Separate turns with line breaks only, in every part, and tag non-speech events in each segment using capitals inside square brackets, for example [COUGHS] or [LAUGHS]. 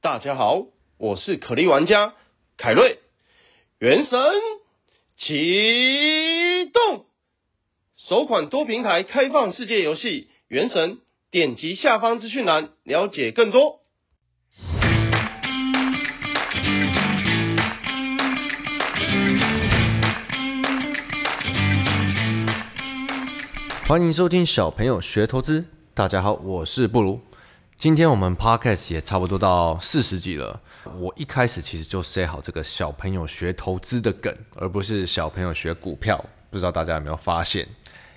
大家好，我是可莉玩家凯瑞。原神启动，首款多平台开放世界游戏《原神》，点击下方资讯栏了解更多。
欢迎收听小朋友学投资，大家好，我是布鲁。今天我们 podcast 也差不多到四十集了。我一开始其实就 say 好这个小朋友学投资的梗，而不是小朋友学股票。不知道大家有没有发现？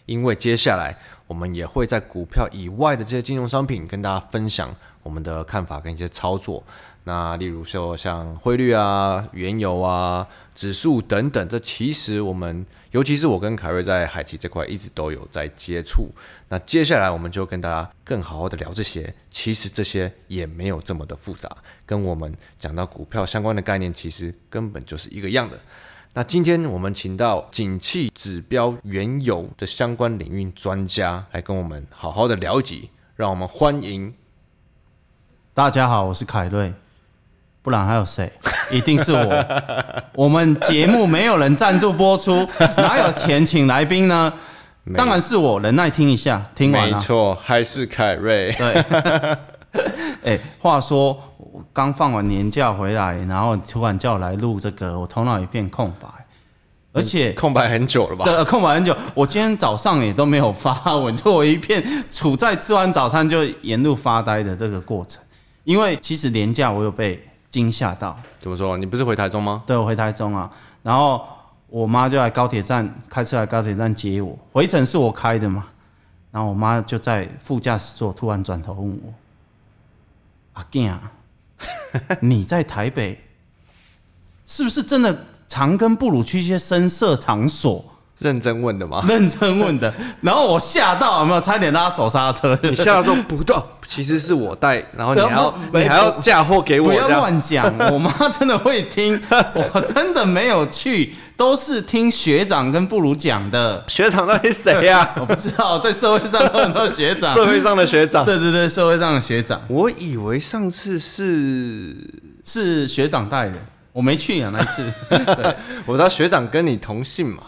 因为接下来我们也会在股票以外的这些金融商品跟大家分享我们的看法跟一些操作。那例如说像汇率啊、原油啊、指数等等，这其实我们，尤其是我跟凯瑞在海奇这块一直都有在接触。那接下来我们就跟大家更好好的聊这些，其实这些也没有这么的复杂，跟我们讲到股票相关的概念其实根本就是一个样的。那今天我们请到景气指标原油的相关领域专家来跟我们好好的聊一集，让我们欢迎
大家好，我是凯瑞，不然还有谁？一定是
[LAUGHS]
我。我们节目没有人赞助播出，哪有钱请来宾呢？
没
当然是我，忍耐听一下，听完啊
没
了、
错，还是凯
[LAUGHS]
瑞。
对。 [LAUGHS] 哎、话说我刚放完年假回来，然后突然叫我来录这个，我头脑一片空白，而且
空白很久了吧？
对，呃空白很久。我今天早上也都没有发文， [LAUGHS] 就我一片处在吃完早餐就沿路发呆的这个过程。因为其实年假我有被惊吓到，
怎么说？你不是回台中吗？
对我回台中啊，然后我妈就来高铁站开车来高铁站接我，回程是我开的嘛，然后我妈就在副驾驶座突然转头问我，阿健啊，你在台北是不是真的常跟布鲁去一些深色场所？
认真问的吗？
[LAUGHS] 认真问
[LAUGHS]
的，然后我吓到，有没有差点拉手刹车？ [LAUGHS]
你吓到说不到，其实是我带，然后你还要
没
你还要嫁祸给我，
不要
这样
乱讲，我妈真的会听，
[LAUGHS]
我真的没有去，都是听学长跟布鲁讲的。
学长到底谁呀、
[LAUGHS] 我不知道，在社会上都很多学长，
社会上的学长。
对对对，社会上的学长
我以为上次是，
是学长带的，我没去啊那一
[LAUGHS]
次。对
我知道学长跟你同姓嘛，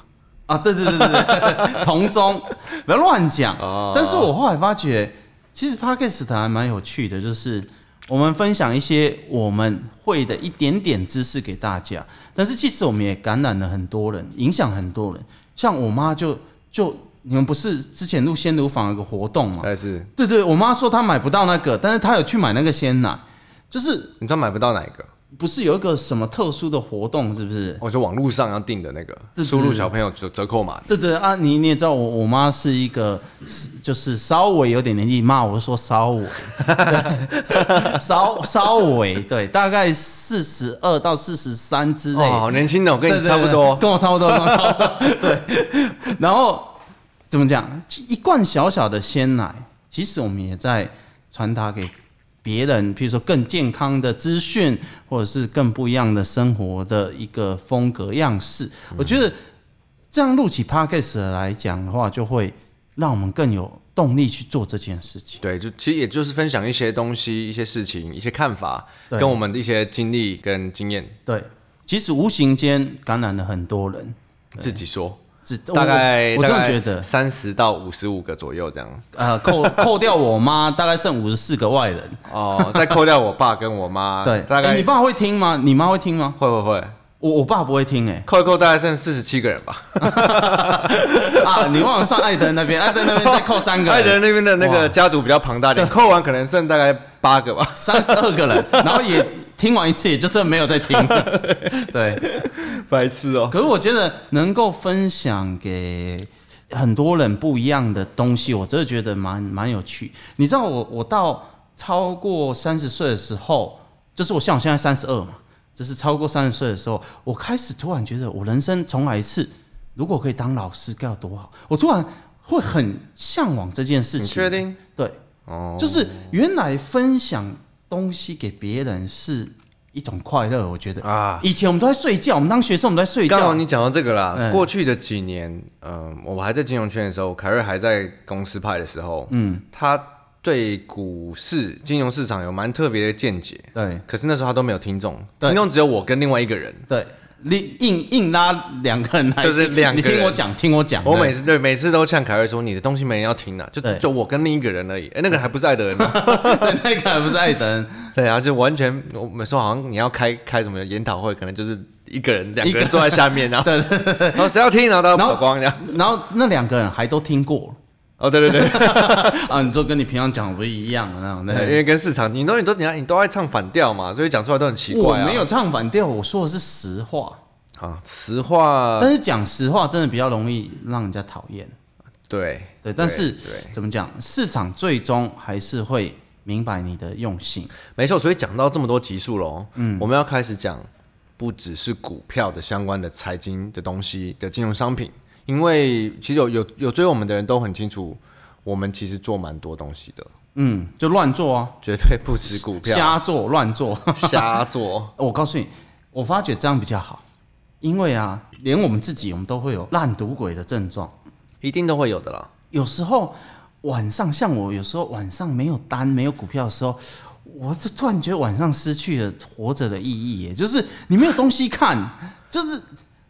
啊，对对对对对， [LAUGHS] 同宗，不要乱讲。
哦
但是我后来发觉，其实 podcast 还蛮有趣的，就是我们分享一些我们会的一点点知识给大家，但是其实我们也感染了很多人，影响很多人。像我妈就就你们不是之前录鲜乳坊有个活动吗？
但是
对对，我妈说她买不到那个，但是她有去买那个鲜奶，就是
你知道买不到哪一个？
不是有一个什么特殊的活动，是不是？
我说网络上要订的那个，
对
输入小朋友折折扣码。
对对啊，你你也知道我我妈是一个，是就是稍微有点年纪，骂我说稍微， [LAUGHS] 对 [LAUGHS] 稍稍微对，大概四十二到四十三之类。
哦好年轻哦跟你
对对对
差不多
跟我差不多，跟我差不多。
[LAUGHS]
对，然后怎么讲？就一罐小小的鲜奶，其实我们也在传达给别人，譬如说更健康的资讯，或者是更不一样的生活的一个风格样式。我觉得这样录起 podcast 来讲的话，就会让我们更有动力去做这件事情。
对，就其实也就是分享一些东西、一些事情、一些看法，
对
跟我们的一些经历跟经验，
对，其实无形间感染了很多人。
自己说。
只
大概
我我真
大
的
概
觉得，
三十到五十五个左右这
[LAUGHS]
样。
呃，扣扣掉我妈，大概剩五十四个外人。
哦，再扣掉我爸跟我妈，
对，
啊
哎
大概、
诶你爸会听吗？你妈会听吗？
会会会，
我我爸不会听哎、
扣一扣大概剩四十七个人吧。
啊，你忘了算艾德那边，艾德那边再扣
[LAUGHS]
三个人，
艾德那边的那个家族比较庞大一点，扣完可能剩大概八个
[LAUGHS]
吧。
三十二个人，然后也听完一次也就真的没有再听了。 [LAUGHS] 对，
白痴哦。
可是我觉得能够分享给很多人不一样的东西，我真的觉得蛮蛮有趣。你知道我我到超过三十岁的时候，就是我像我现在三十二嘛，就是超过三十岁的时候，我开始突然觉得我人生重来一次，如果可以当老师该有多好！我突然会很向往这件事情。
你确定？
对，
哦，
就是原来分享东西给别人是一种快乐，我觉得
啊
以前我们都在睡觉，我们当学生我们都在睡觉。
刚好你讲到这个啦，
嗯
过去的几年，嗯、我还在金融圈的时候，凯瑞还在公司派的时候，
嗯
他对股市、金融市场有蛮特别的见解。
对
可是那时候他都没有听众，
对
听众只有我跟另外一个人。
对，硬硬硬拉两个人来，
就是两个
你
人
听我讲，听我讲。
我
对
每次对每次都呛凯瑞说你的东西没人要听啊，就
对
就我跟另一个人而已。哎、那个人还不是爱德人、
[LAUGHS]
啊。
[LAUGHS] 对那个还不是艾登，
对啊，就完全我们说好像你要开开什么研讨会，可能就是一个人两
一
个
个
人坐在下面，然后
[LAUGHS] 对对对对
然后谁要听，然后大家
然后
跑光这样。
然后那两个人还都听过 [LAUGHS]
哦，对对对，
啊，你就跟你平常讲的不是一样的那种。
因为跟市场，你都你都你你都爱唱反调嘛，所以讲出来都很奇怪啊。
我没有唱反调，我说的是实话。
啊，实话，
但是讲实话真的比较容易让人家讨厌。
对
对，但是
对，
怎么讲，市场最终还是会明白你的用心。
没错，所以讲到这么多集数喽，
嗯
我们要开始讲不只是股票的相关的财经的东西的金融商品，因为其实有有有追我们的人都很清楚，我们其实做蛮多东西的，
嗯，就乱做啊，
绝对不止股票，啊
瞎做乱做。 [LAUGHS]
瞎做，
哦我告诉你，我发觉这样比较好，因为啊，连我们自己我们都会有烂赌鬼的症状。
一定都会有的啦。
有时候晚上，像我有时候晚上没有单、没有股票的时候，我就突然觉得晚上失去了活着的意义耶，就是你没有东西看，就是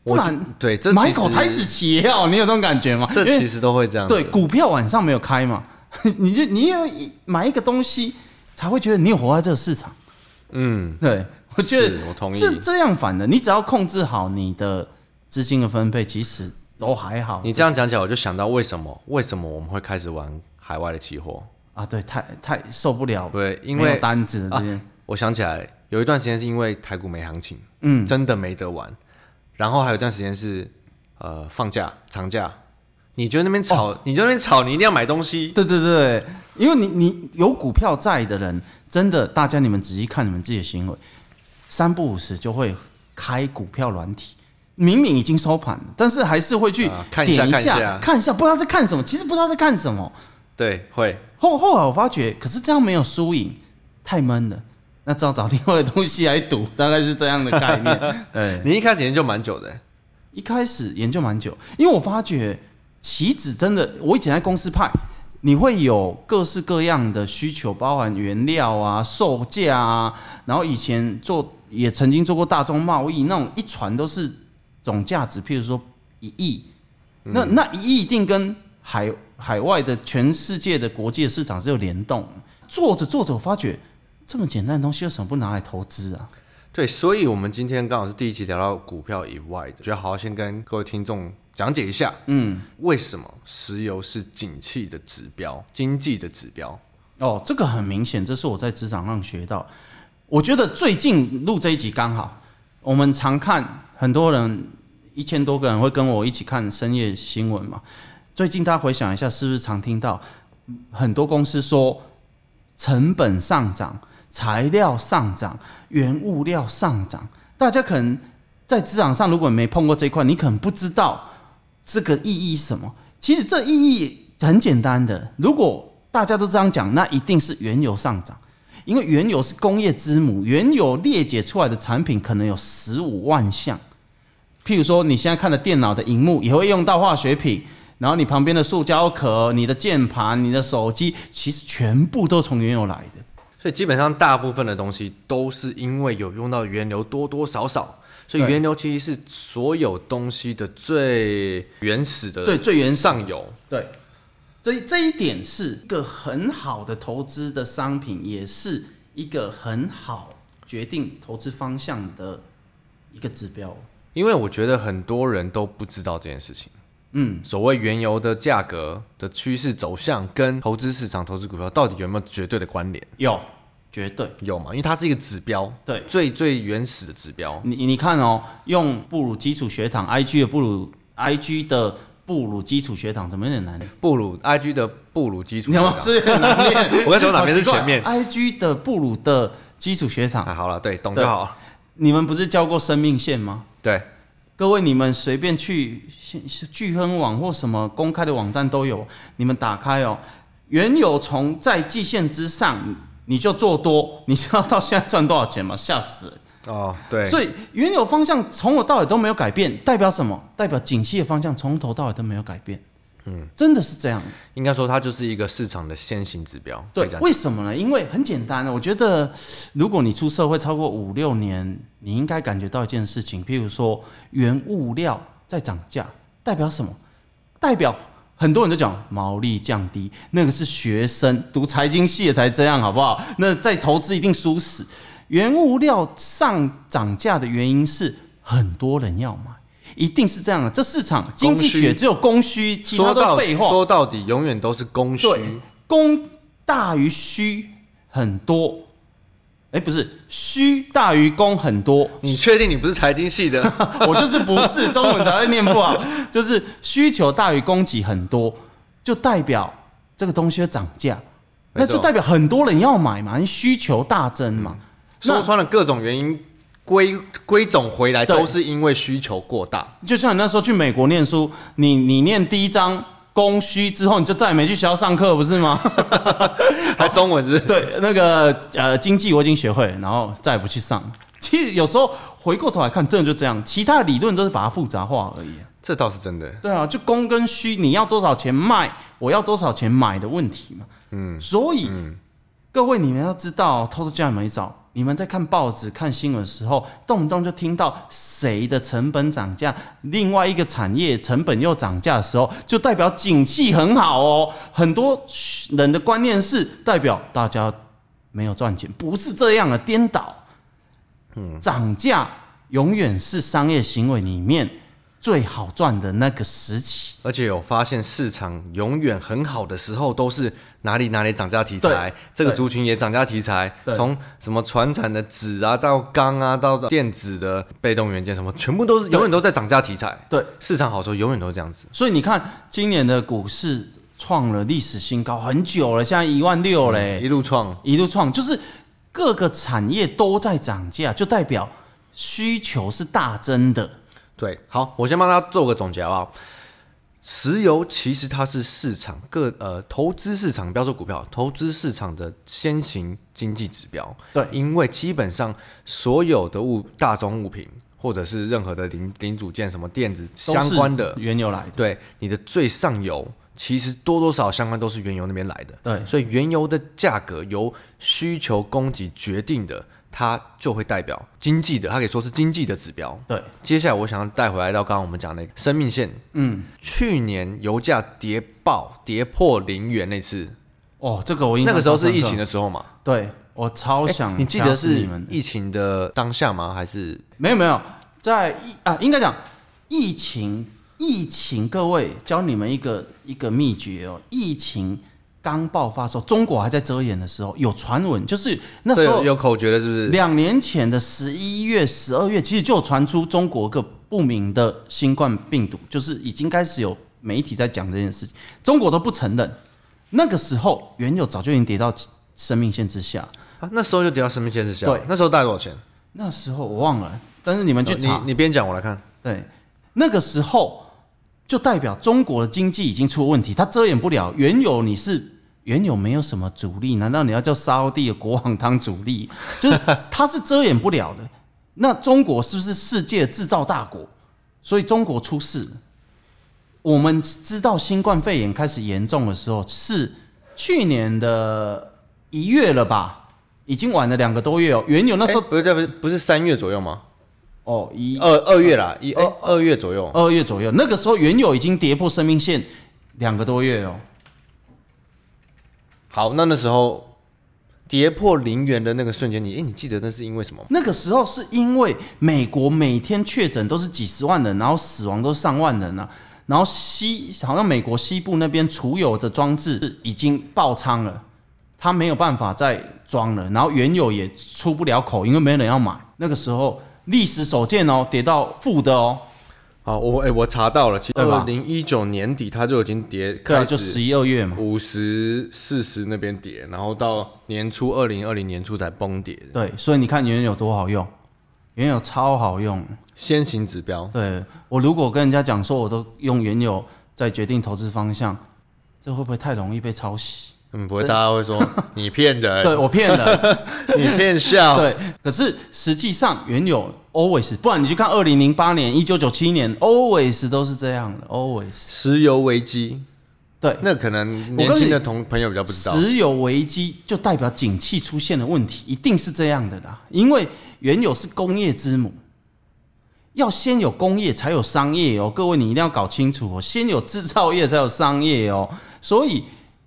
不
我
然
就对这
买
其实
口胎子棋也哦好，你有这种感觉吗？
这
因为
其实都会这样子
对，股票晚上没有开嘛， [LAUGHS] 你就你也要一买一个东西才会觉得你有活在这个市场。
[LAUGHS] 嗯，
对，我觉得
是我同意
是这样反的，你只要控制好你的资金的分配，其实都还好。
你这样讲起来，我就想到为什么为什么我们会开始玩海外的期货？
啊，对，太太受不了，
对，因
没
为
有单子的
啊
这些，
我想起来，有一段时间是因为台股没行情，
嗯
真的没得玩。然后还有一段时间是呃放假长假，你就在那边炒，
哦
你就在那边炒，你一定要买东西。
对对对，因为你你有股票在的人，真的，大家你们仔细看你们自己的行为，三不五时就会开股票软体。明明已经收盘了，但是还是会去
啊看
点
一下
看
看一下
一下，不知道在看什么，其实不知道在看什么。
对，会。
后后来我发觉，可是这样没有输赢，太闷了，那只好找另外的东西来赌，大概是这样的概念。对，
你一开始研究蛮久的，
一开始研究蛮久，因为我发觉棋子真的，我以前在公司派，你会有各式各样的需求，包含原料啊、售价啊，然后以前做也曾经做过大宗贸易，那种一船都是总价值，譬如说一亿，
嗯
那那一亿一定跟海海外的全世界的国际的市场是有联动。做着做着，我发觉这么简单的东西为什么不拿来投资啊？
对，所以我们今天刚好是第一期聊到股票以外的，觉得好好先跟各位听众讲解一下，
嗯，
为什么石油是景气的指标、经济的指标。
哦，这个很明显，这是我在职场上学到。我觉得最近录这一集刚好，我们常看很多人，一千多个人会跟我一起看深夜新闻嘛。最近大家回想一下，是不是常听到嗯很多公司说成本上涨、材料上涨、原物料上涨？大家可能在职场上如果没碰过这一块，你可能不知道这个意义是什么？其实这意义很简单的，如果大家都这样讲，那一定是原油上涨，因为原油是工业之母，原油裂解出来的产品可能有十五万项。譬如说，你现在看的电脑的荧幕也会用到化学品，然后你旁边的塑胶壳、你的键盘、你的手机，其实全部都从原油来的。
所以基本上大部分的东西都是因为有用到原油多多少少，所以
对
原油其实是所有东西的最原始的
对最原始
上游。
对，这这一点是一个很好的投资的商品，也是一个很好决定投资方向的一个指标。
因为我觉得很多人都不知道这件事情，
嗯，
所谓原油的价格的趋势走向跟投资市场、投资股票到底有没有绝对的关联？
有，绝对。
有嘛？因为它是一个指标，
对
最最原始的指标。
你你看哦，用布鲁基础学堂 IG 的布鲁 IG 的布鲁基础学堂怎么有点难？
布鲁 IG 的布鲁基础
你
学
要
堂，
吗？是很难
[LAUGHS] 。
念
我在想哪边是前面
啊 i g 的布鲁的基础
啊，
学堂，
好了，对，懂就好。
你们不是教过生命线吗？
对，
各位，你们随便去现是聚亨网或什么公开的网站都有，你们打开哦。原有从在季线之上，你就做多，你知道到现在赚多少钱吗？ [LAUGHS] 吓死人！
哦，对，
所以原有方向从头到尾都没有改变，代表什么？代表景气的方向从头到尾都没有改变。
嗯，
真的是这样。
应该说它就是一个市场的先行指标。可
对
以这，样
为
讲
什么呢？因为很简单，啊我觉得如果你出社会超过五六年，你应该感觉到一件事情，譬如说原物料在涨价，代表什么？代表很多人都讲毛利降低，那个是学生读财经系的才这样，好不好？那在投资一定输死。原物料上涨价的原因是很多人要买，一定是这样的。这市场经济
供需
学只有供需，其他
说
都
到
废话。
说到底，永远都是供需。
对，供大于需很多，哎，不是需大于供很多，
你确定你不是财经系的？
[LAUGHS] 我就是不是中文才会念不
[LAUGHS]
好，就是需求大于供给很多，就代表这个东西会涨价，
没
那
错
就代表很多人要买嘛，你需求大增嘛。
说穿了，各种原因归归总回来，
对
都是因为需求过大。
就像你那时候去美国念书，你你念第一章供需之后，你就再也没去学校上课，不是吗？
还中文是 [LAUGHS] 不是？
对，那个呃经济我已经学会了，然后再也不去上。其实有时候回过头来看，真的就这样，其他的理论都是把它复杂化而已。啊
这倒是真的。
对啊，就供跟需，你要多少钱卖，我要多少钱买的问题嘛。
嗯，
所以、
嗯，
各位你们要知道，偷偷叫你们一招，你们在看报纸、看新闻的时候，动不动就听到谁的成本涨价，另外一个产业成本又涨价的时候，就代表景气很好哦。很多人的观念是代表大家没有赚钱，不是这样的，颠倒。
嗯，
涨价永远是商业行为里面最好赚的那个时期。
而且有发现市场永远很好的时候，都是哪里哪里涨价题材
对，
这个
对
族群也涨价题材，
对
从什么船产的纸啊，到钢啊，到电子的被动元件什么，全部都是永远都在涨价题材。
对，
市场好的时候永远都是这样子。
所以你看今年的股市创了历史新高，很久了，现在一万六嘞、
嗯一路创，
一路创，就是各个产业都在涨价，就代表需求是大增的。
对，好，我先帮大家做个总结好不好？石油其实它是市场各呃投资市场，不要说股票，投资市场的先行经济指标。
对
因为基本上所有的物大宗物品或者是任何的零零组件，什么电子
都是
相关的，
原油来的
对，你的最上游其实多多少少相关都是原油那边来的。
对
所以原油的价格由需求供给决定的，它就会代表经济的，它可以说是经济的指标。
对，
接下来我想要带回来到刚刚我们讲那个生命线，
嗯，
去年油价跌爆，跌破零元那次，
哦，这个我印
那
象
个时候是
超深
疫
刻
情的，时候嘛？
对我超想、
诶你记得
你
是
们的
疫情的当下吗？还是
没有没有，在疫啊，应该讲疫情，疫情各位教你们一个一个秘诀哦，疫情刚爆发的时候，中国还在遮掩的时候，有传闻就是那时
这
候
有有口诀的是不是？
两年前的十一月、十二月，其实就有传出中国个不明的新冠病毒，就是已经开始有媒体在讲这件事情，中国都不承认。那个时候原油早就已经跌到生命线之下，
啊，那时候就跌到生命线之下。
对
那时候大概多少钱？
那时候我忘了，但是你们去
呃
查，
你你边讲我来看。
对，那个时候就代表中国的经济已经出问题，它遮掩不了。原有你是原有没有什么主力，难道你要叫沙特的国王当主力？ [LAUGHS] 就是它是遮掩不了的。那中国是不是世界制造大国？所以中国出事了。我们知道新冠肺炎开始严重的时候是去年的一月了吧？已经晚了两个多月哦。原有那时候、
诶不是不是不是三月左右吗？
哦一
哎二二月啦，一
二
二二月左右。
二月左右，那个时候原油已经跌破生命线两个多月哦。
好，那那时候跌破零元的那个瞬间，你哎、你记得那是因为什么吗？
那个时候是因为美国每天确诊都是几十万人，然后死亡都是上万人啊，然后西好像美国西部那边储油的装置已经爆仓了，它没有办法再装了，然后原油也出不了口，因为没人要买。那个时候历史首见哦，跌到负的哦，
好，我哎、我查到了，其实
对吧
二零一九年底它就已经跌，
啊对啊
开始
就11 2月嘛
五十四十那边跌，然后到年初二零二零年初才崩跌，
对，所以你看原油多好用，原油超好用。
先行指标。
对我如果跟人家讲说我都用原油在决定投资方向，这会不会太容易被抄袭？
嗯，不会，大家会
[LAUGHS]
说你骗人，
对我骗人，
你骗笑。
对，可是实际上原油 always，不然你去看二零零八年、一九九七年，always 都是这样的，always。
石油危机，
对，
那可能
我
年
跟
轻
你
的同朋友比较不知道。
石油危机就代表景气出现了问题，一定是这样的啦。因为原油是工业之母，要先有工业才有商业哦。各位你一定要搞清楚哦，先有制造业才有商业哦。所以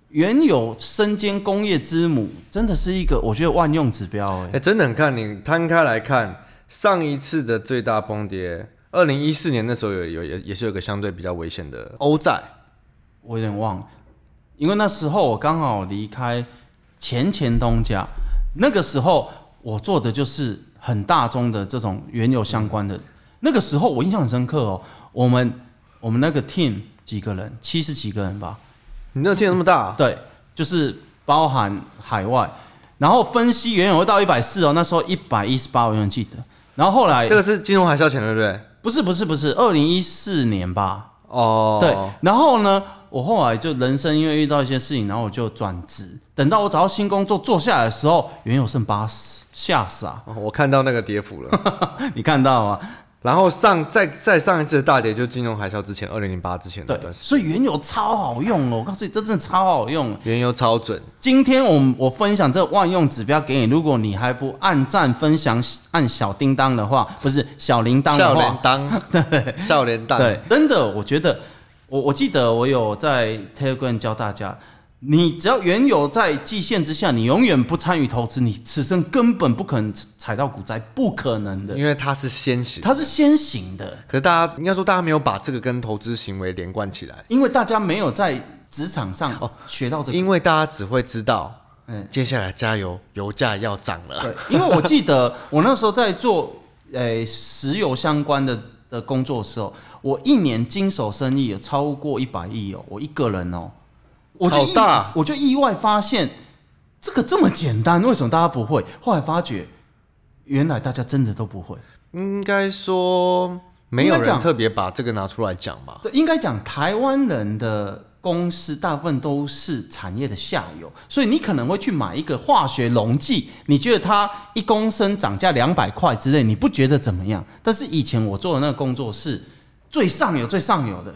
原油身兼工业之母，真的是一个我觉得万用指标
哎、
哎。
真的很看你摊开来看，上一次的最大崩跌，二零一四年那时候有有也也是有个相对比较危险的欧债，
我有点忘了，因为那时候我刚好离开前前东家，那个时候我做的就是很大宗的这种原油相关的。那个时候我印象很深刻哦，我们我们那个 team 几个人，七十几个人吧，
你那天那么大、，
[LAUGHS] 对，就是包含海外，然后分析原油到一百四哦，那时候一百一十八我永远记得，然后后来
这个是金融海啸前对不对？
不是不是不是，二零一四年吧，
哦，
对，然后呢，我后来就人生因为遇到一些事情，然后我就转职。等到我找到新工作做下来的时候，原油剩八十，吓傻！
哦我看到那个跌幅
[LAUGHS]
了。
你看到吗？
然后上再再上一次的大跌就金融海啸之前，二零零八之前那
对，
段时
所以原油超好用哦，我告诉你，这真的超好用。
间，原油超准，
今天我们我分享这万用指标给你，如果你还不按赞分享按小叮当的话，不是小铃铛的
笑
话
脸，当，
[LAUGHS] 对
笑脸当，
对，，真的，我觉得，我我记得我有在 Telegram 教大家，你只要原有在季线之下，你永远不参与投资，你此生根本不可能踩到股灾，不可能的，
因为它是先行，
它是先行的，
可是大家应该说大家没有把这个跟投资行为连贯起来，
因为大家没有在职场上哦学到这个，
因为大家只会知道
嗯，
接下来加油，油价要涨了。
对，因为我
[LAUGHS]
记得我那时候在做诶、石油相关的的工作的时候，我一年经手生意有超过一百亿哦，我一个人哦，我就
好
意
大
我就意外发现这个这么简单，为什么大家不会？后来发觉原来大家真的都不会。
应该说没有人特别把这个拿出来讲吧。
对，应该讲台湾人的公司大部分都是产业的下游，所以你可能会去买一个化学溶剂，你觉得它一公升涨价两百块之类，你不觉得怎么样？但是以前我做的那个工作是最上游、最上游的，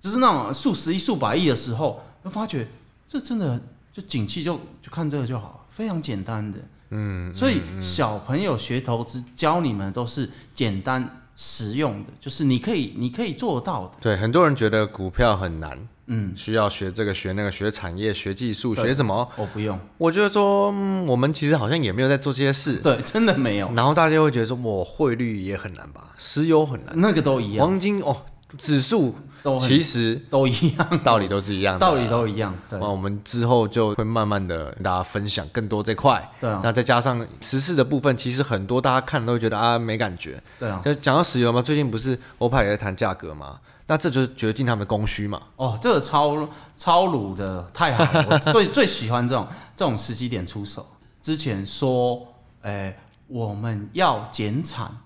就是那种数十亿、数百亿的时候，就发觉这真的就景气就就看这个就好了，非常简单的。
嗯，
所以
嗯嗯
小朋友学投资，教你们都是简单实用的，就是你可以你可以做到的。
对很多人觉得股票很难，
嗯，
需要学这个学那个，学产业、学技术、
对
学什么。
我不用。
我觉得说、嗯我们其实好像也没有在做这些事。。
对，真的没有，
然后大家会觉得说，我汇率也很难吧，石油很难，
那个嗯都一样，
黄金哦，指数
都很
其实
都一样，
道理都是一样的，啊
道理都一样。对，
那我们之后就会慢慢的跟大家分享更多这块。
对啊
那再加上时事的部分，其实很多大家看都会觉得啊没感觉。
对啊
就讲到石油嘛，最近不是欧派也在谈价格嘛，那这就是决定他们的供需嘛。
哦，这个超超鲁的太好了，我最最喜欢这种这种时机点出手。之前说，诶、我们要减产，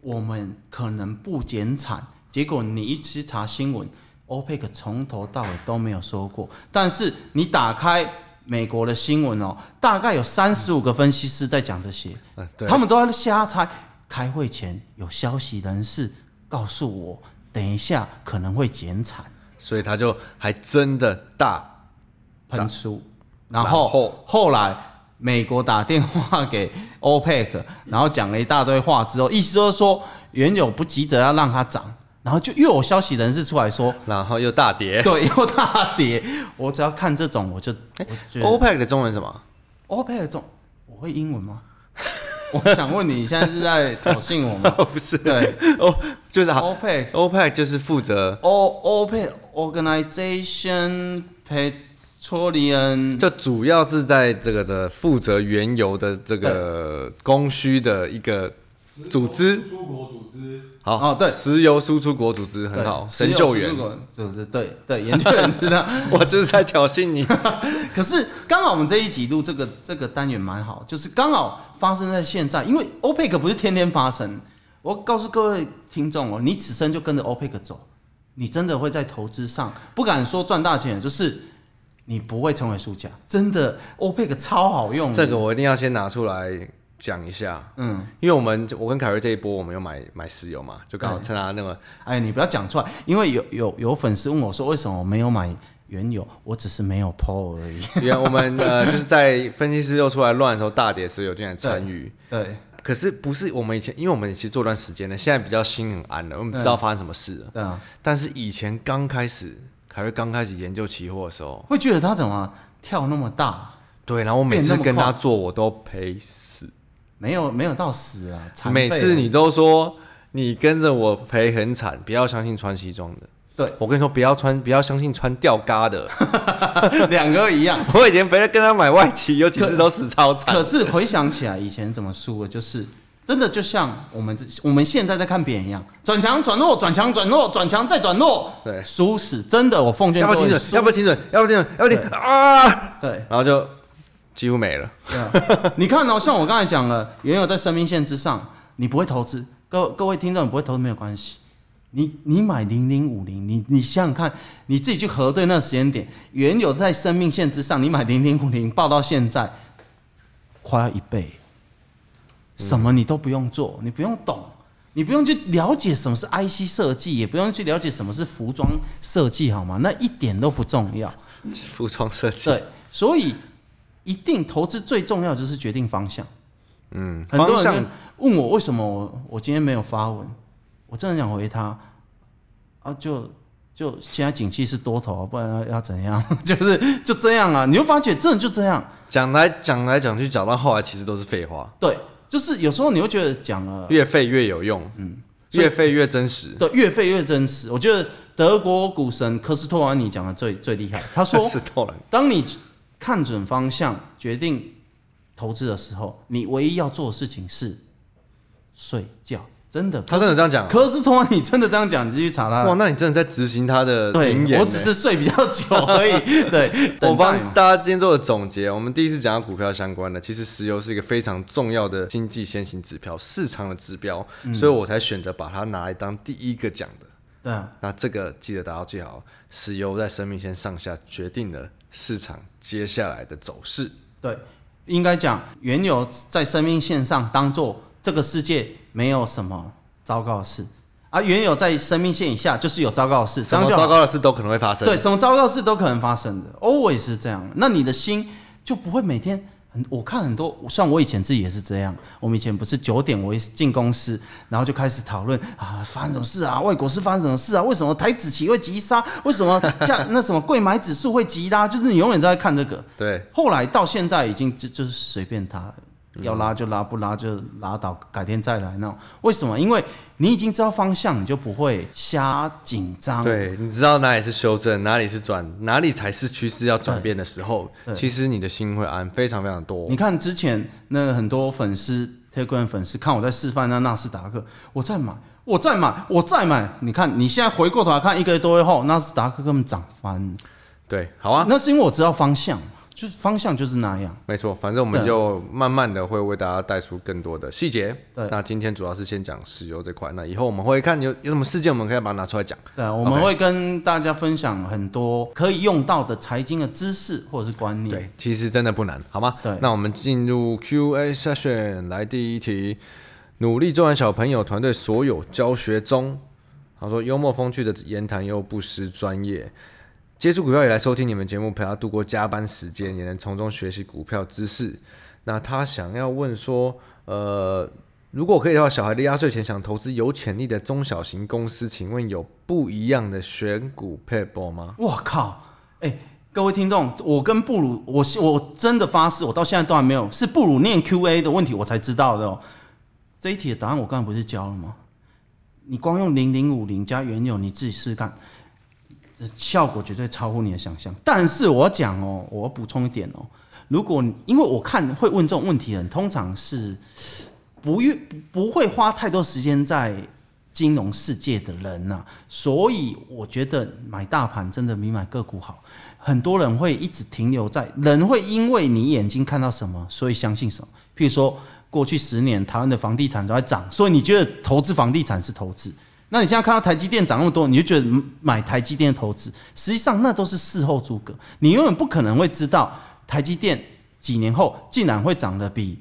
我们可能不减产，结果你一去查新闻，OPEC 从头到尾都没有说过。但是你打开美国的新闻哦，大概有三十五个分析师在讲这些，
嗯对
他们都在瞎猜。开会前有消息人士告诉我，等一下可能会减产。
所以他就还真的大
喷出，
然
然
后
后后来美国打电话给 [LAUGHS] OPEC，然后讲了一大堆话之后，意思就是说原油不急着要让它涨，然后就又有消息人士出来说，
然后又大跌。
对，又大跌。我只要看这种，我就我觉得
OPEC 的中文是什
[LAUGHS]
么？？
OPEC 这种，我会英文吗？ [LAUGHS] 我想问你，现在是在挑衅我 [LAUGHS] 吗
不是，
对，
哦，就是好
OPEC
OPEC 就是负责
O OPEC Organization Petroleum
就主要是在这个的负责原油的这个供需的一个组织，
出国组织
好
哦对
石油输出国组织很好，神救援，
是不是？对对，研究员知 [LAUGHS] 道。
[LAUGHS] 我就是在挑衅
[LAUGHS]
你。
可是刚好我们这一集录这个这个单元蛮好，就是刚好发生在现在，因为 OPEC 不是天天发生。我告诉各位听众哦，你此生就跟着 OPEC 走，你真的会在投资上不敢说赚大钱，就是你不会成为输家。真的，OPEC 超好用的。
这个我一定要先拿出来讲一下，
嗯，
因为我们我跟凯瑞这一波，我们有买买石油嘛，就刚好
对
趁他那个
哎，你不要讲出来，因为有有有粉丝问我说，为什么我没有买缘由，我只是没有 PO 而已。
因为我们呃就是在分析师又出来乱的时候大跌的时候有进来参与，
[LAUGHS] 对
可是不是我们以前，因为我们其实做段时间了，现在比较心很安了，我们知道
对
发生什么事了。
对啊，
但是以前刚开始，凯瑞刚开始研究期货的时候，
会觉得他怎么跳那么大？
对，然后我每次
变那
跟
么快
他做我都赔死，
没有没有到死啊，残
每
废
次
啊
你都说你跟着我赔很惨，不要相信穿西装的。
对 [LAUGHS]
我跟你说，不要穿，不要相信穿吊嘎的。 [LAUGHS]
两个一样，
我以前陪他跟他买外企，有几次都死超惨。
可是回想起来以前怎么输的，就是真的就像我们这我们现在在看别人一样，转强转弱转强转弱转强再转弱，
对
输死真的我奉劝
要
各
不要
位
停损？要不要停损？要不要停损？要不要停
对
啊？
对
然后就几乎没
[LAUGHS]
了。
对啊你看哦，像我刚才讲了，原有在生命线之上，你不会投资，各各位听众你不会投资没有关系。你你买零零五零，你你想想看，你自己去核对那个时间点，原有在生命线之上，你买零零五零报到现在，快要一倍，什么你都不用做，你不用懂，你不用去了解什么是 IC 设计，也不用去了解什么是服装设计，好吗？那一点都不重要。
服装设计。
对，所以一定投资最重要就是决定方向。
嗯，
很多
方
人
向
就问我为什么我我今天没有发文，我真的想回他，啊就就现在景气是多头啊，不然要要怎样？ [LAUGHS] 就是就这样啊，你会发觉真的就这样。
讲来讲来讲去，讲到后来其实都是废话，
对，就是有时候你会觉得讲了，
越废越有用，
嗯，所以
越废越真实。
对，越费越真实。我觉得德国股神科斯托兰尼讲的最最厉害，
[LAUGHS]
他说
科斯托兰尼，
当你看准方向，决定投资的时候，你唯一要做的事情是睡觉。真的，
他真的这样讲啊
科斯托兰尼真的这样讲，你继续查他。
哇，那你真的在执行他的
对
名言，呢
我只是睡比较久
[LAUGHS]
而已。对，
欸我
[LAUGHS] 等待嘛
帮大家今天做的总结，我们第一次讲到股票相关的，其实石油是一个非常重要的经济先行指标，市场的指标，
嗯
所以我才选择把它拿来当第一个讲的。
对啊，
那这个记得大家记好，石油在生命线上下决定了市场接下来的走势。
对，应该讲原有在生命线上当做这个世界没有什么糟糕的事，而、原有在生命线以下就是有糟糕的事，
什
这
么
样就好
糟糕的事都可能会发生。
对，什么糟糕事都可能发生的，always 是这样。那你的心就不会每天很，我看很多，像我以前自己也是这样。我们以前不是九点我一进公司，然后就开始讨论啊，发生什么事啊，外国是发生什么事啊，为什么台子期会急杀，为什么 [LAUGHS] 价那什么贵买指数会急拉，就是你永远都在看这个。
对
后来到现在已经就就是随便他，
嗯
要拉就拉，不拉就拉倒，改天再来那种。为什么？因为你已经知道方向，你就不会瞎紧张。
对，你知道哪里是修正，哪里是转，哪里才是趋势要转变的时候
对，对
其实你的心会安非常非常多。
你，看之前那很多粉丝 Telegram 粉丝看我在示范那纳斯达克，我在买，我在买，我在买。你看你现在回过头来看一个多月后，纳斯达克根本涨翻。
对，好啊，
那是因为我知道方向，就是方向就是那样。
没错，反正我们就慢慢的会为大家带出更多的细节。
对
那今天主要是先讲石油这块，那以后我们会看有有什么事件，我们可以把它拿出来讲。
对，啊我们
OK
会跟大家分享很多可以用到的财经的知识或者是观念。
对，其实真的不难，好吗？
对
那我们进入 Q&A session，来第一题，努力做完小朋友团队所有教学中，他说幽默风趣的言谈又不失专业，接触股票以来收听你们节目，陪他度过加班时间，也能从中学习股票知识。那他想要问说，呃，如果可以的话，小孩的压岁钱想投资有潜力的中小型公司，请问有不一样的选股配 e 吗？
我靠，哎、各位听众，我跟布鲁，我是我真的发誓，我到现在都还没有，是布鲁念 Q&A 的问题我才知道的哦。这一题的答案我刚才不是教了吗？你光用零零五零加原有，你自己试试看，这效果绝对超乎你的想象。但是我讲哦，我要补充一点哦，如果你因为我看会问这种问题的人，通常是不愿不不会花太多时间在金融世界的人呐、所以我觉得买大盘真的比买个股好。很多人会一直停留在，人会因为你眼睛看到什么，所以相信什么。譬如说，过去十年台湾的房地产都在涨，所以你觉得投资房地产是投资。那你现在看到台积电涨那么多，你就觉得嗯买台积电的投资，实际上那都是事后诸葛。你永远不可能会知道台积电几年后竟然会涨得比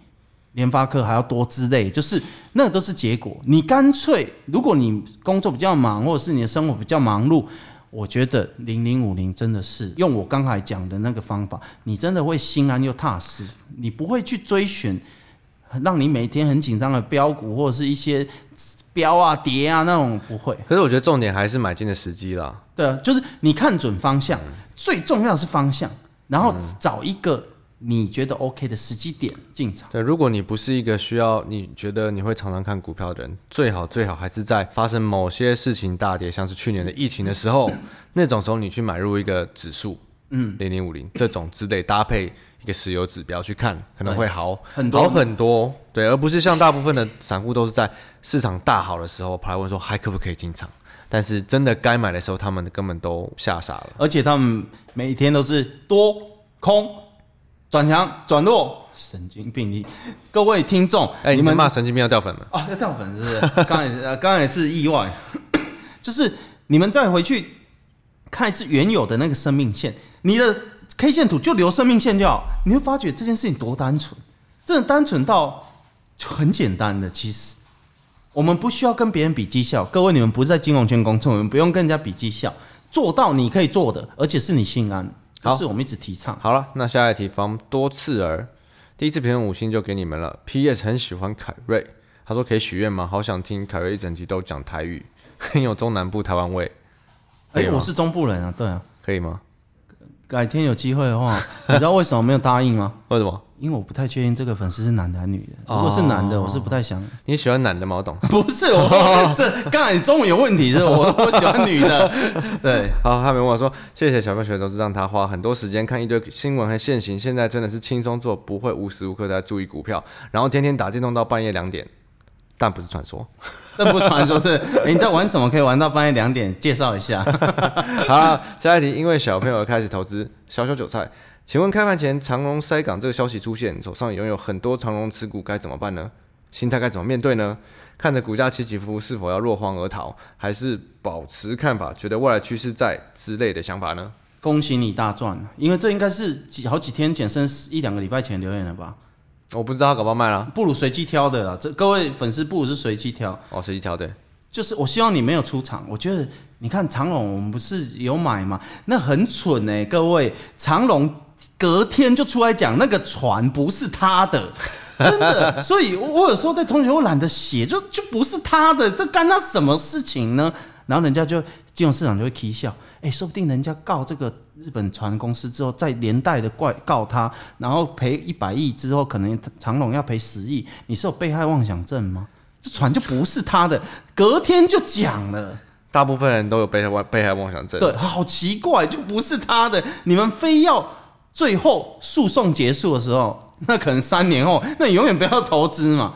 联发科还要多之类，就是那都是结果。你干脆，如果你工作比较忙，或者是你的生活比较忙碌，我觉得零零五零真的是用我刚才讲的那个方法，你真的会心安又踏实，你不会去追寻让你每天很紧张的标股或者是一些标啊跌啊那种不会。
可是我觉得重点还是买进的时机啦。
对啊，就是你看准方向，最重要的是方向，然后找一个你觉得 OK 的时机点进场。
对，如果你不是一个需要你觉得你会常常看股票的人，最好最好还是在发生某些事情大跌，像是去年的疫情的时 [LAUGHS] 候，那种时候你去买入一个指数，
嗯
零零五零这种之类搭配一个石油指标去看，可能会好
很多
好很多，对，而不是像大部分的散户都是在市场大好的时候跑来问说还可不可以进场，但是真的该买的时候，他们根本都吓傻了。
而且他们每天都是多空转强转弱，神经病！你各位听众，
哎、你
们
们骂神经病要掉粉了。
啊，要掉粉是不是？刚才也是呃刚才也是意外， [COUGHS] 就是你们再回去看一次原有的那个生命线，你的 K 线图就留生命线就好，你会发觉这件事情多单纯，真的单纯到就很简单的其实。我们不需要跟别人比绩效，各位你们不是在金融圈工作，你们不用跟人家比绩效，做到你可以做的，而且是你心安，这
好
是我们一直提倡。
好了，那下一题防多刺耳。第一次评论五星就给你们了。P.S. 很喜欢凯瑞，他说可以许愿吗？好想听凯瑞一整集都讲台语，很有中南部台湾味，可
哎、
以吗
我是中部人啊，对啊，
可以吗？
改天有机会的话，你知道为什么没有答应吗？
为什么？
因为我不太确定这个粉丝是男的还是女的。
哦
如果是男的，我是不太想。
你喜欢男的吗？我懂。
[LAUGHS] 不是 [LAUGHS] 我，这刚才你中文有问题，是吧 [LAUGHS] 我我喜欢
[LAUGHS]
女的。对，
好，他没问我说，谢谢小朋友学都是让他花很多时间看一堆新闻和现行，现在真的是轻松做，不会无时无刻在注意股票，然后天天打电动到半夜两点，但不是传说。
这不传说是，哎、你在玩什么？可以玩到半夜两点，介绍一下。
[LAUGHS] 好了，下一题，因为小朋友开始投资小小韭菜，请问开盘前长荣塞港这个消息出现，手上拥有很多长荣持股该怎么办呢？心态该怎么面对呢？看着股价起起伏伏，是否要落荒而逃，还是保持看法，觉得未来趋势在之类的想法呢？
恭喜你大赚，因为这应该是几好几天前，甚至一两个礼拜前留言了吧？
我不知道，搞不好卖了。
不如随机挑的啦，这各位粉丝不如是随机挑。
哦，随机挑对，
就是我希望你没有出场。我觉得你看长隆，我们不是有买嘛？那很蠢哎、各位，长隆隔天就出来讲那个船不是他的。 [LAUGHS] 真的，所以我我有时候在同学我懒得写，就就不是他的，这干他什么事情呢？然后人家就金融市场就会啼笑，哎，说不定人家告这个日本船公司之后，再连带的怪告他，然后赔一百亿之后，可能长隆要赔十亿，你是有被害妄想症吗？这船就不是他的，隔天就讲了。
大部分人都有被害妄被害妄想症。
对，好奇怪，就不是他的，你们非要最后诉讼结束的时候，那可能三年后，那你永远不要投资嘛。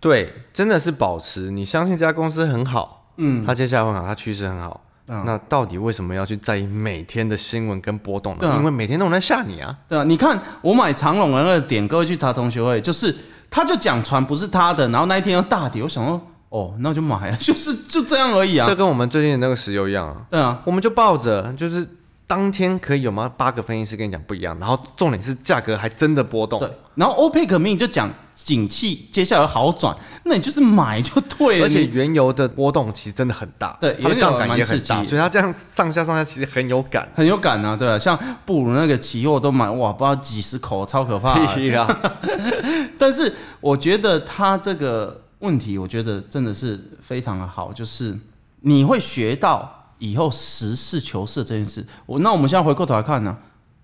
对，真的是保持你相信这家公司很好，
嗯
它接下来很好，它趋势很好。
嗯
那到底为什么要去在意每天的新闻跟波动呢？
对啊
因为每天都有人在吓你啊。
对啊，你看我买长隆的那个点，各位去查同学会，就是他就讲船不是他的，然后那一天又大跌，我想说，哦，那就买啊， [LAUGHS] 就是就这样而已啊。
这跟我们最近的那个石油一样啊，
对啊，
我们就抱着就是当天可以有吗？八个分析师跟你讲不一样，然后重点是价格还真的波动。
对，然后 OPEC 命就讲景气接下来好转，那你就是买就对了。
而且
你
原油的波动其实真的很大，
对
它的
原油
杠杆也
蛮刺
很
激
大，
的
所以它这样上下上下其实很有感。
很有感啊，对啊，像布鲁那个期货都买，哇，不知道几十口，超可怕、啊
[LAUGHS] 屁啦
[LAUGHS] 但是我觉得他这个问题，我觉得真的是非常的好，就是你会学到以后实事求是这件事。我那我们现在回过头来看呢、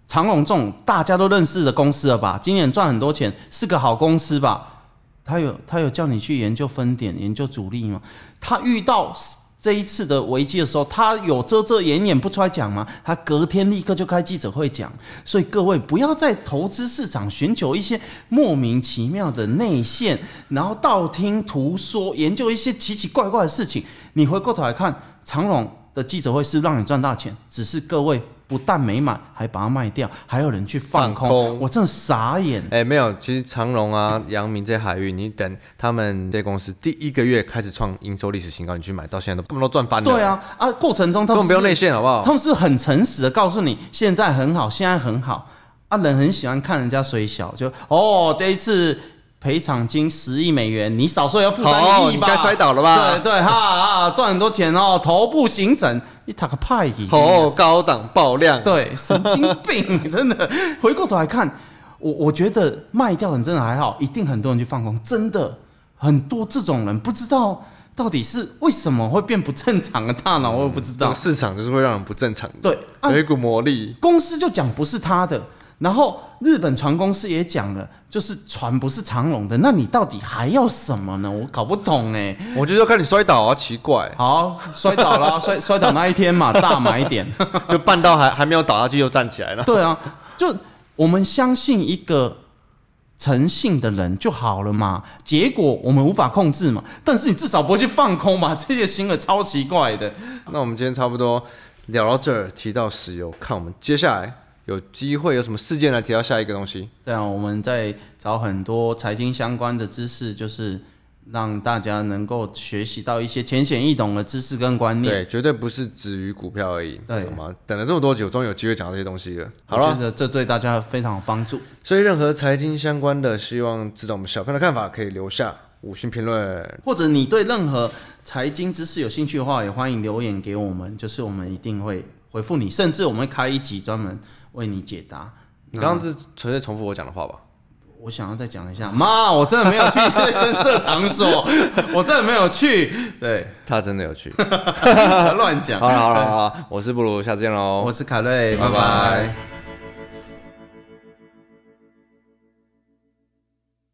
长隆这种大家都认识的公司了吧？今年赚很多钱，是个好公司吧？他有他有叫你去研究分点、研究主力吗？他遇到这一次的危机的时候，他有遮遮掩掩不出来讲吗？他隔天立刻就开记者会讲。所以各位不要在投资市场寻求一些莫名其妙的内线，然后道听途说，研究一些奇奇怪怪的事情。你回过头来看，长隆的记者会是让你赚大钱，只是各位不但没买，还把它卖掉，还有人去放空，
放空
我真的傻眼。
哎、没有，其实长荣啊、阳明这些海域，你等他们这些公司第一个月开始创营收历史新高，你去买，到现在都他们都赚翻了。
对啊，，啊，过程中他
根本
们
不用
是
内线好不好
他们是很诚实的告诉你，现在很好，现在很好。啊，人很喜欢看人家水小，就哦，这一次赔偿金十亿美元，你少说也要负
好
担一亿吧？
你该摔倒了吧
对对，哈啊，赚很多钱哦，头部刑整，你打个派去
哦，高档爆量，，
对，神经病， [LAUGHS] 真的。回过头来看，我我觉得卖掉的人真的还好，一定很多人去放空，真的很多这种人不知道到底是为什么会变不正常的大脑，我也不知
这
道。
个市场就是会让人不正常的，
对啊
有一股魔力，
公司就讲不是他的，然后日本船公司也讲了，就是船不是长龙的，那你到底还要什么呢？我搞不懂哎、
我就是要看你摔倒啊，奇
[LAUGHS]
怪，
好，摔倒了，摔摔倒那一天嘛，大买一点。
就绊到还还没有倒下去又站起来了，
对啊，就我们相信一个诚信的人就好了嘛。结果我们无法控制嘛，但是你至少不会去放空嘛，这些行为超奇怪的。
那我们今天差不多聊到这儿，提到石油，看我们接下来有机会有什么事件来提到下一个东西。
对啊，我们在找很多财经相关的知识，就是让大家能够学习到一些浅显易懂的知识跟观
对，
念。
绝对不是止于股票而已，
对
懂吗？等了这么多久，终于有机会讲到这些东西了。好
我觉
了，
得这对大家非常有帮助。
所以任何财经相关的，希望知道我们小朋友的看法，可以留下五星评论。
或者你对任何财经知识有兴趣的话，也欢迎留言给我们，就是我们一定会回复你，甚至我们会开一集专门为你解答。
你刚刚是纯粹重复我讲的话吧？
我想要再讲一
嗯
下，妈，我真的没有去那深色场所，我真的没有去，对， [LAUGHS]
他真的有趣。
乱讲。
好了好了好了，我是布鲁，下次见喽。
我是凯瑞，
拜拜
拜拜